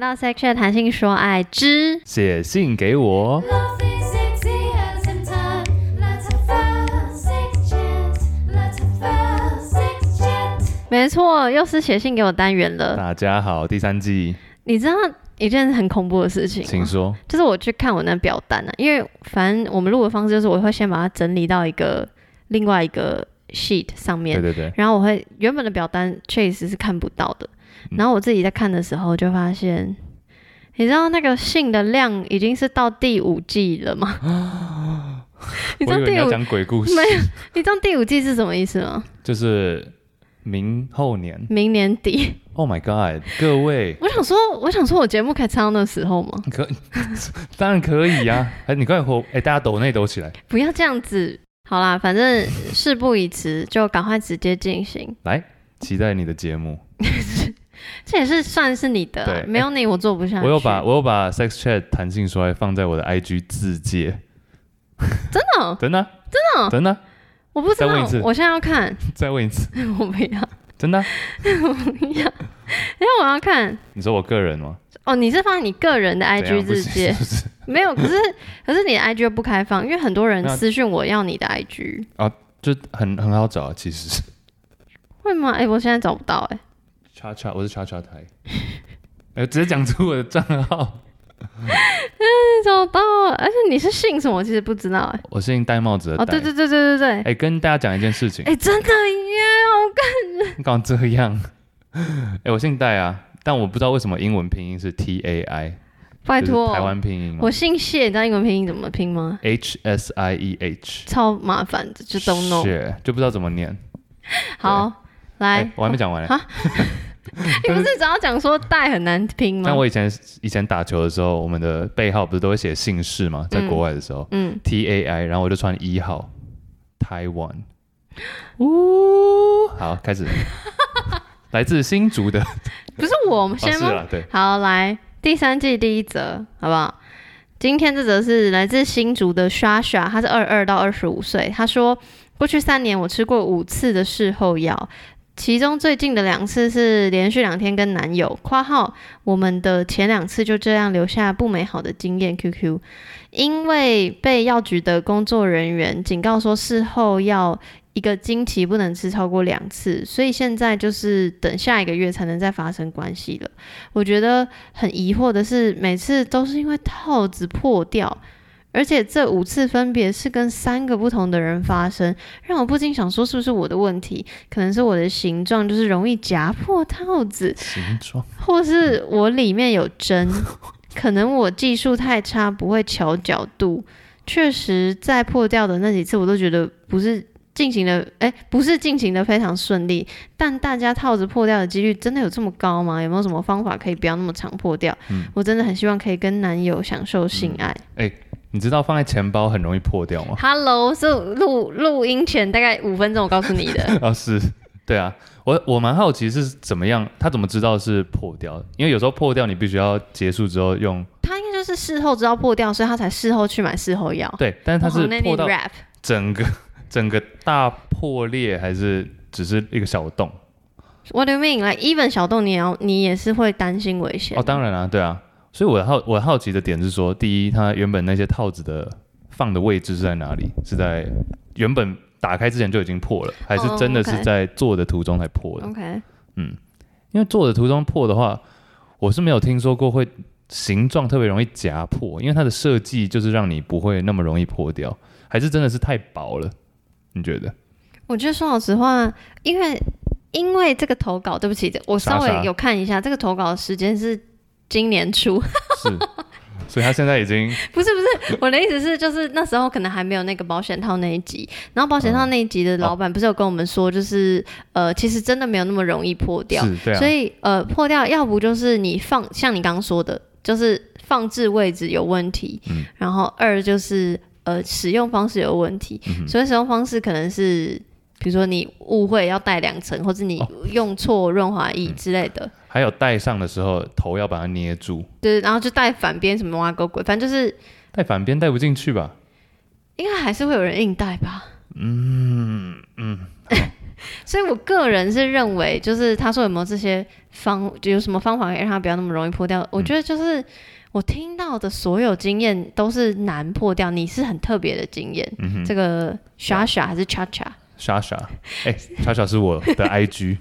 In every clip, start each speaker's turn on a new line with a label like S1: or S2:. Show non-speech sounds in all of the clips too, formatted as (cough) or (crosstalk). S1: 到 Section 谈性说爱之，
S2: 写信给我。
S3: Love is sexy as in time. Let's have a sex chat. Let's have a sex chat.
S1: 没错，又是写信给我单元了。
S2: 大家好，第三季，
S1: 你知道一件很恐怖的事情
S2: 请
S1: 吗？
S2: 说。
S1: 就是我去看我那表单啊，因为反正我们录的方式就是我会先把它整理到一个另外一个 sheet 上面
S2: 对，对对，
S1: 然后我会原本的表单确实是看不到的，
S2: 嗯
S1: 然后我自己在看的时候就发现，你知道那个信的量已经是到第五季了吗？
S2: (gasps)
S1: 你知
S2: 我
S1: 道
S2: 以为你
S1: 第
S2: 要
S1: 五
S2: 讲鬼故事，
S1: 没有？你知道第五季是什么意思吗？
S2: 就是明后年。
S1: 明年底，
S2: Oh my god，各位，
S1: 我想说，我想说我节目可以唱到那时候吗？
S2: 可当然可以啊！ (laughs) 哎，你快活，哎，大家抖内抖起来，
S1: 不要这样子。好啦，反正事不宜迟，就赶快直接进行。
S2: 期待你的节目。
S1: 这也是算是你的啊、
S2: 对哎
S1: 没有你我做不下去。
S2: 我有把我有把 sex chat 弹性说来放在我的 IG 字界，
S1: (laughs) 真的哦、
S2: (laughs) 真的啊
S1: 真的哦
S2: 真的啊，
S1: 我不知
S2: 再
S1: 道
S2: 问一次，
S1: 我现在要看， (laughs)
S2: 再问一次，
S1: 我不要。
S2: 真的啊？
S1: 因为我要看
S2: 你说我个人吗
S1: 哦，你是放在你个人的
S2: 怎样
S1: IG
S2: 不
S1: 字
S2: 行 (laughs)
S1: 界，
S2: 是不是
S1: 没有？可
S2: (laughs)
S1: 是可是你的 IG 又不开放，因为很多人
S2: 那
S1: 私讯我要你的 IG，
S2: 就很很好找啊，其实。
S1: 会吗？哎、我现在找不到哎、
S2: 叉叉，我是叉叉 (laughs) 台。哎，直接讲出我的账号。
S1: 找不到，而且你是姓什么？我其实不知道哎、
S2: 我是戴帽子的戴。
S1: 哦，对对对对对对，
S2: 哎，跟大家讲一件事情
S1: 哎、，真的耶，好看。
S2: 你搞这样。哎，我姓戴啊，但我不知道为什么英文拼音是 T A I，
S1: 拜
S2: 就是
S1: 托
S2: 台，湾拼音嘛
S1: 我姓谢，你知道英文拼音怎么拼吗？
S2: ，H S I E H，
S1: 超麻烦的，就 don't know。
S2: 是就不知道怎么念。
S1: 好，来，
S2: 哎我还没讲完嘞。
S1: (laughs) 你不是只要讲说带很难拼吗
S2: 像？我以前以前打球的时候，我们的背号不是都会写姓氏吗？在国外的时候、
S1: 嗯，
S2: t A I，然后我就穿一号台湾。呜，好，
S1: (laughs)
S2: 开始。来自新竹的，哦
S1: 不啊是我们先
S2: 哦是啊
S1: 吗？
S2: 啦，对，
S1: 好，来第三季第一则，好不好？今天这则是来自新竹的刷刷，他是二二到二十五岁，他说过去三年我吃过五次的事后药。其中最近的两次是连续两天跟男友（括号我们的前两次就这样留下不美好的经验 QQ），因为被药局的工作人员警告说事后要一个经期不能吃超过两次，所以现在就是等下一个月才能再发生关系了。我觉得很疑惑的是，每次都是因为套子破掉，而且这五次分别是跟三个不同的人发生，让我不禁想说，是不是我的问题？可能是我的形状就是容易夹破套子，
S2: 形状
S1: 或是我里面有针，
S2: (laughs)
S1: 可能我技术太差，不会调角度。确实，在破掉的那几次，我都觉得不是进行的，哎，不是进行的非常顺利。但大家套子破掉的几率真的有这么高吗？有没有什么方法可以不要那么常破掉？
S2: 嗯
S1: 我真的很希望可以跟男友享受性爱。
S2: 你知道放在钱包很容易破掉
S1: (laughs)
S2: 吗？
S1: Hello，是录录音前大概五分钟，我告诉你的。
S2: 啊，是，对啊，我我蛮好奇是怎么样，他怎么知道是破掉的？因为有时候破掉你必须要结束之后用，
S1: (laughs) 他应该就是事后知道破掉，所以他才事后去买事后药。
S2: 对，但是他
S1: 我
S2: 是
S1: 好哦那
S2: 破
S1: 你
S2: 到
S1: rap
S2: 整个整个大破裂，还是只是一个小洞？
S1: What do you mean? Like even 小洞，你也要你也是会担心危险
S2: 哦，当然啊，对啊。所以我的好我好奇的点是说，第一，它原本那些套子的放的位置是在哪里？是在原本打开之前就已经破了，还是
S1: 哦
S2: 真的是
S1: OK
S2: 在做的途中才破的？
S1: OK，
S2: 因为做的途中破的话，我是没有听说过会形状特别容易夹破，因为它的设计就是让你不会那么容易破掉，还是真的是太薄了？你觉
S1: (laughs)
S2: 得？
S1: 我觉得说老实话，因为因为这个投稿，对不起，我稍
S2: 啥啥
S1: 微有看一下，这个投稿的时间是今年初， (laughs)
S2: 是，所以它现在已经
S1: 不是不是，我的意思是就是那时候可能还没有那个保险套那一集，然后保险套那一集的老板不是有跟我们说，就是、呃，其实真的没有那么容易破 (laughs) 掉，
S2: 是对啊，
S1: 所以呃，破掉要不就是你放，像你刚刚说的，就是放置位置有问题，
S2: 嗯
S1: 然后二就是呃使用方式有问题，
S2: 嗯哼
S1: 所以使用方式可能是。比如说你误会要带两层，或者你
S2: 哦嗯
S1: 用错润滑液之类的，
S2: 还有戴上的时候头要把它捏住，
S1: 对，然后就带反边什么挖沟鬼，反正就是
S2: 戴反边戴不进去吧？
S1: 应该还是会有人硬带吧。
S2: 嗯嗯，
S1: (laughs) 所以我个人是认为，就是他说有没有这些方，有什么方法可以让它不要那么容易破掉？我觉得就是我听到的所有经验都是难破掉，你是很特别的经验。
S2: 嗯哼，
S1: 这个 Shasha 还是 Cha Cha？
S2: 莎莎，哎，莎莎是我的 IG，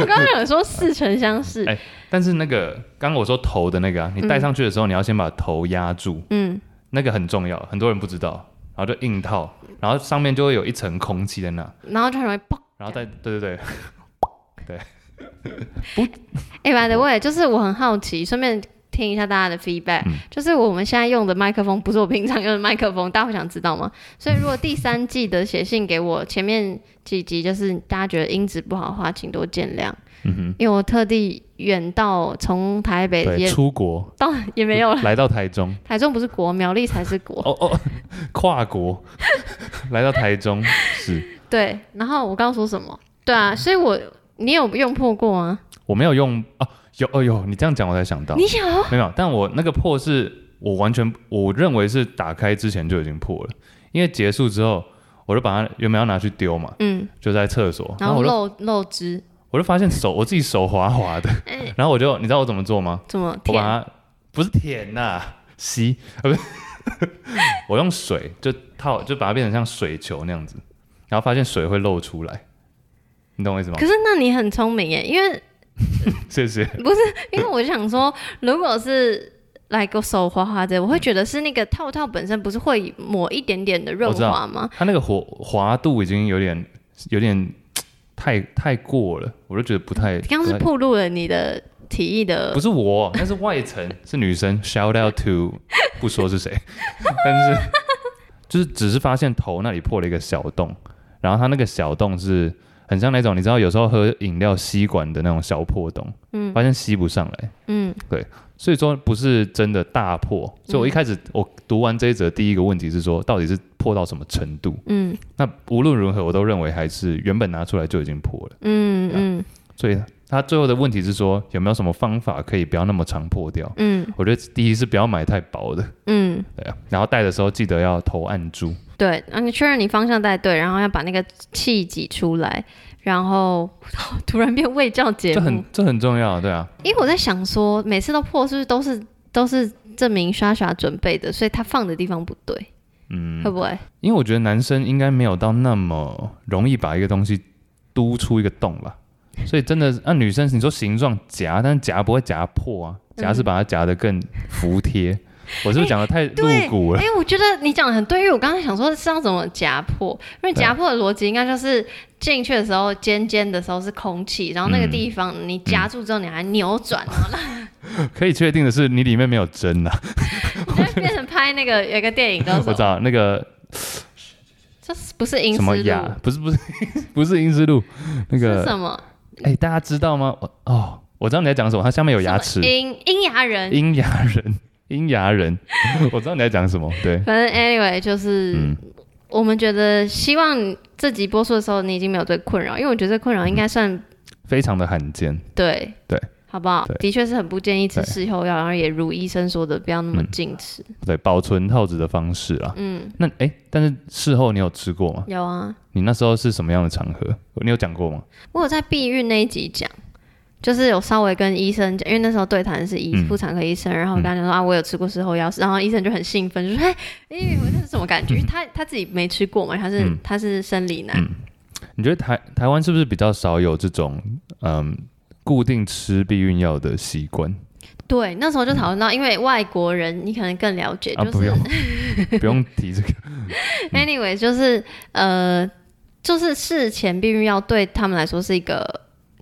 S1: 我刚刚想说似曾相识。
S2: 哎但是那个刚刚我说头的那个啊，你戴上去的时候，你要先把头压住，
S1: 嗯，
S2: 那个很重要，很多人不知道，然后就硬套，然后上面就会有一层空气在那，
S1: 然后就很容易爆。
S2: 然后再对对对，
S1: 哎、by the way，就是我很好奇，顺便听一下大家的 feedback，、就是
S2: 嗯
S1: 我们现在用的麦克风不是我平常用的麦克风，大家会想知道吗？所以如果第三季的写信给我，前面几集就是大家觉得音质不好的话，请多见谅，
S2: 嗯哼，
S1: 因为我特地远到从台北
S2: 对，
S1: 也
S2: 出国
S1: 到 (laughs) 也没有了，
S2: 来到台中，
S1: 台中不是国，苗栗才是国，
S2: 哦 (laughs) 哦，跨国 (laughs) 来到台中是。
S1: 对。然后我刚刚说什么？对啊，所以我你有用破过吗？
S2: 我没有用啊，有哦有，你这样讲我才想到，
S1: 你有？
S2: 没有，但我那个破是我完全我认为是打开之前就已经破了，因为结束之后我就把它原本要拿去丢嘛，
S1: 嗯，
S2: 就在厕所，
S1: 然
S2: 然
S1: 后
S2: 后啊我就
S1: 漏漏汁
S2: 我就发现手我自己手滑
S1: (laughs)
S2: 滑的，然后我就你知道我怎么做吗？
S1: 怎么
S2: 我
S1: 嗯舔？
S2: 把它不是舔呐、 (laughs) 吸啊不是， (laughs) 我用水就套就把它变成像水球那样子，然后发现水会漏出来，你懂我意思吗
S1: 可？是那你很聪明耶，因为
S2: 谢谢。
S1: 因为我就想
S2: (laughs)
S1: 说，如果是来个手滑滑的，我会觉得是那个套套本身不是会抹一点点的润
S2: 我知道
S1: 滑吗？
S2: 它那个滑滑度已经有点有点太太过了，我就觉得不太。
S1: 刚刚是
S2: 不太
S1: 暴露了你的提议的
S2: 不，是我，那是外层，是女生。Shout out to 不说是谁， (laughs) 但是就是只是发现头那里破了一个小洞，然后它那个小洞是很像那种你知道有时候喝饮料吸管的那种小破洞，
S1: 嗯
S2: 发现吸不上来，
S1: 嗯
S2: 所以说不是真的大破。所以我一开始我读完这一则，第一个问题是说到底是破到什么程度？
S1: 嗯
S2: 那无论如何，我都认为还是原本拿出来就已经破了。
S1: 嗯
S2: 啊
S1: 嗯
S2: 所以他最后的问题是说，有没有什么方法可以不要那么常破掉？
S1: 嗯
S2: 我觉得第一是不要买太薄的，
S1: 嗯，
S2: 对啊。然后戴的时候记得要头按住，
S1: 对，啊，你确认你方向带对，然后要把那个气挤出来，然后突然变卫教节
S2: 这
S1: 目
S2: 很，这很重要，对啊。
S1: 因为我在想说，每次都破是不是都是都是证明莎莎准备的，所以她放的地方不对，
S2: 嗯
S1: 会，不会？
S2: 因为我觉得男生应该没有到那么容易把一个东西嘟出一个洞吧，所以真的，那、女生你说形状夹，但夹不会夹破啊，
S1: 嗯
S2: 夹是把它夹得更服帖。我是不是讲的太露骨了？
S1: 哎、我觉得你讲的很对，因为我刚才想说是要怎么夹破，因为
S2: 对
S1: 夹破的逻辑应该就是进去的时候尖尖的时候是空气，然后那个地方你夹住之后你还扭转，
S2: 嗯
S1: 然后哎
S2: 可以确定的是，你里面没有针啊。
S1: 让它变成拍那个有一个电影叫
S2: (laughs) 我
S1: 什
S2: 知
S1: 么？
S2: 道那个
S1: 这是不是银
S2: 什么
S1: 丝
S2: 雅
S1: 路？，
S2: 不是不是 (laughs) 不是英之路，那
S1: 是
S2: 个
S1: 什么？
S2: 哎、大家知道吗？我哦，我知道你在讲什么，它下面有牙
S1: 什
S2: 齿
S1: 么，鹰鹰牙人。
S2: 鹰牙人， (laughs) 鹰
S1: (laughs)
S2: 牙人，我知道你在讲什么，对，
S1: 反正 anyway 就是、
S2: 嗯，
S1: 我们觉得希望这集播出的时候你已经没有这个困扰，因为我觉得这困扰应该算
S2: 非常的罕见，
S1: 对
S2: 对，
S1: 好不好
S2: 对？
S1: 的确是很不建议吃
S2: 对
S1: 事后药，然后也如医生说的，不要那么
S2: 嗯
S1: 禁吃。
S2: 对，保存套子的方式啊。
S1: 嗯，
S2: 那哎、但是事后你有吃过吗？
S1: 有啊，
S2: 你那时候是什么样的场合？你有讲过吗？
S1: 我有在避孕那一集讲，就是有稍微跟医生讲，因为那时候对谈是医
S2: 嗯
S1: 妇产科医生，然后我跟他讲说、啊，我有吃过事后药，然后医生就很兴奋，就说哎，因为我这是什么感觉？因为他他自己没吃过嘛，他是、
S2: 嗯
S1: 他是生理男，
S2: 你觉得台台湾是不是比较少有这种嗯固定吃避孕药的习惯
S1: 对，那时候就讨论到，因为外国人你可能更了解，
S2: 啊？
S1: 就
S2: 不
S1: 是、 (laughs)
S2: 用不用提这个，
S1: anyway 就是呃，就是事前避孕药对他们来说是一个。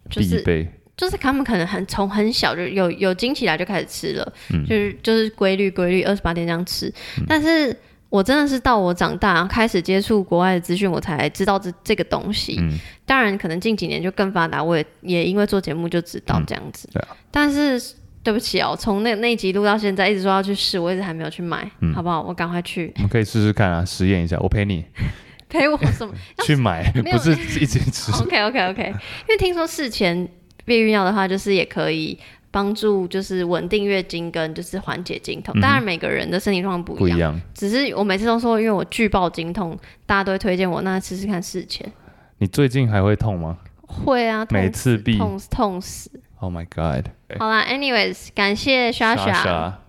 S1: 就
S2: 必
S1: 是
S2: 备。
S1: 就是他们可能很从很小就有有经期来就开始吃了，
S2: 嗯
S1: 就是就是规律规律二十八天这样吃。但是我真的是到我长大开始接触国外的资讯，我才知道这这个东西。
S2: 嗯
S1: 当然，可能近几年就更发达，我也也因为做节目就知道这样子。
S2: 对啊
S1: 但是对不起哦，从那那一集录到现在，一直说要去试，我一直还没有去买，
S2: 嗯
S1: 好不好？我赶快去 (laughs)
S2: 我们可以试试看啊，实验一下，我陪你
S1: 陪我什
S2: (laughs)
S1: 么？
S2: 去买，
S1: 哦没有哦
S2: 不是一起吃。
S1: OK OK OK，因
S2: (laughs)
S1: 为听说事前避孕药的话，就是也可以帮助就是稳定月经跟就是缓解经痛。
S2: 嗯哼
S1: 当然每个人的身体状况不
S2: 不
S1: 一
S2: 一
S1: 样，
S2: 样，
S1: 只是我每次都说，因为我巨爆经痛，大家都会推荐我那试试看事前。
S2: 你最近还会痛吗
S1: 会啊，痛
S2: 每
S1: 死
S2: 次必
S1: 痛痛死。
S2: ？Oh my god！
S1: 好啦，anyways，感谢莎
S2: 莎莎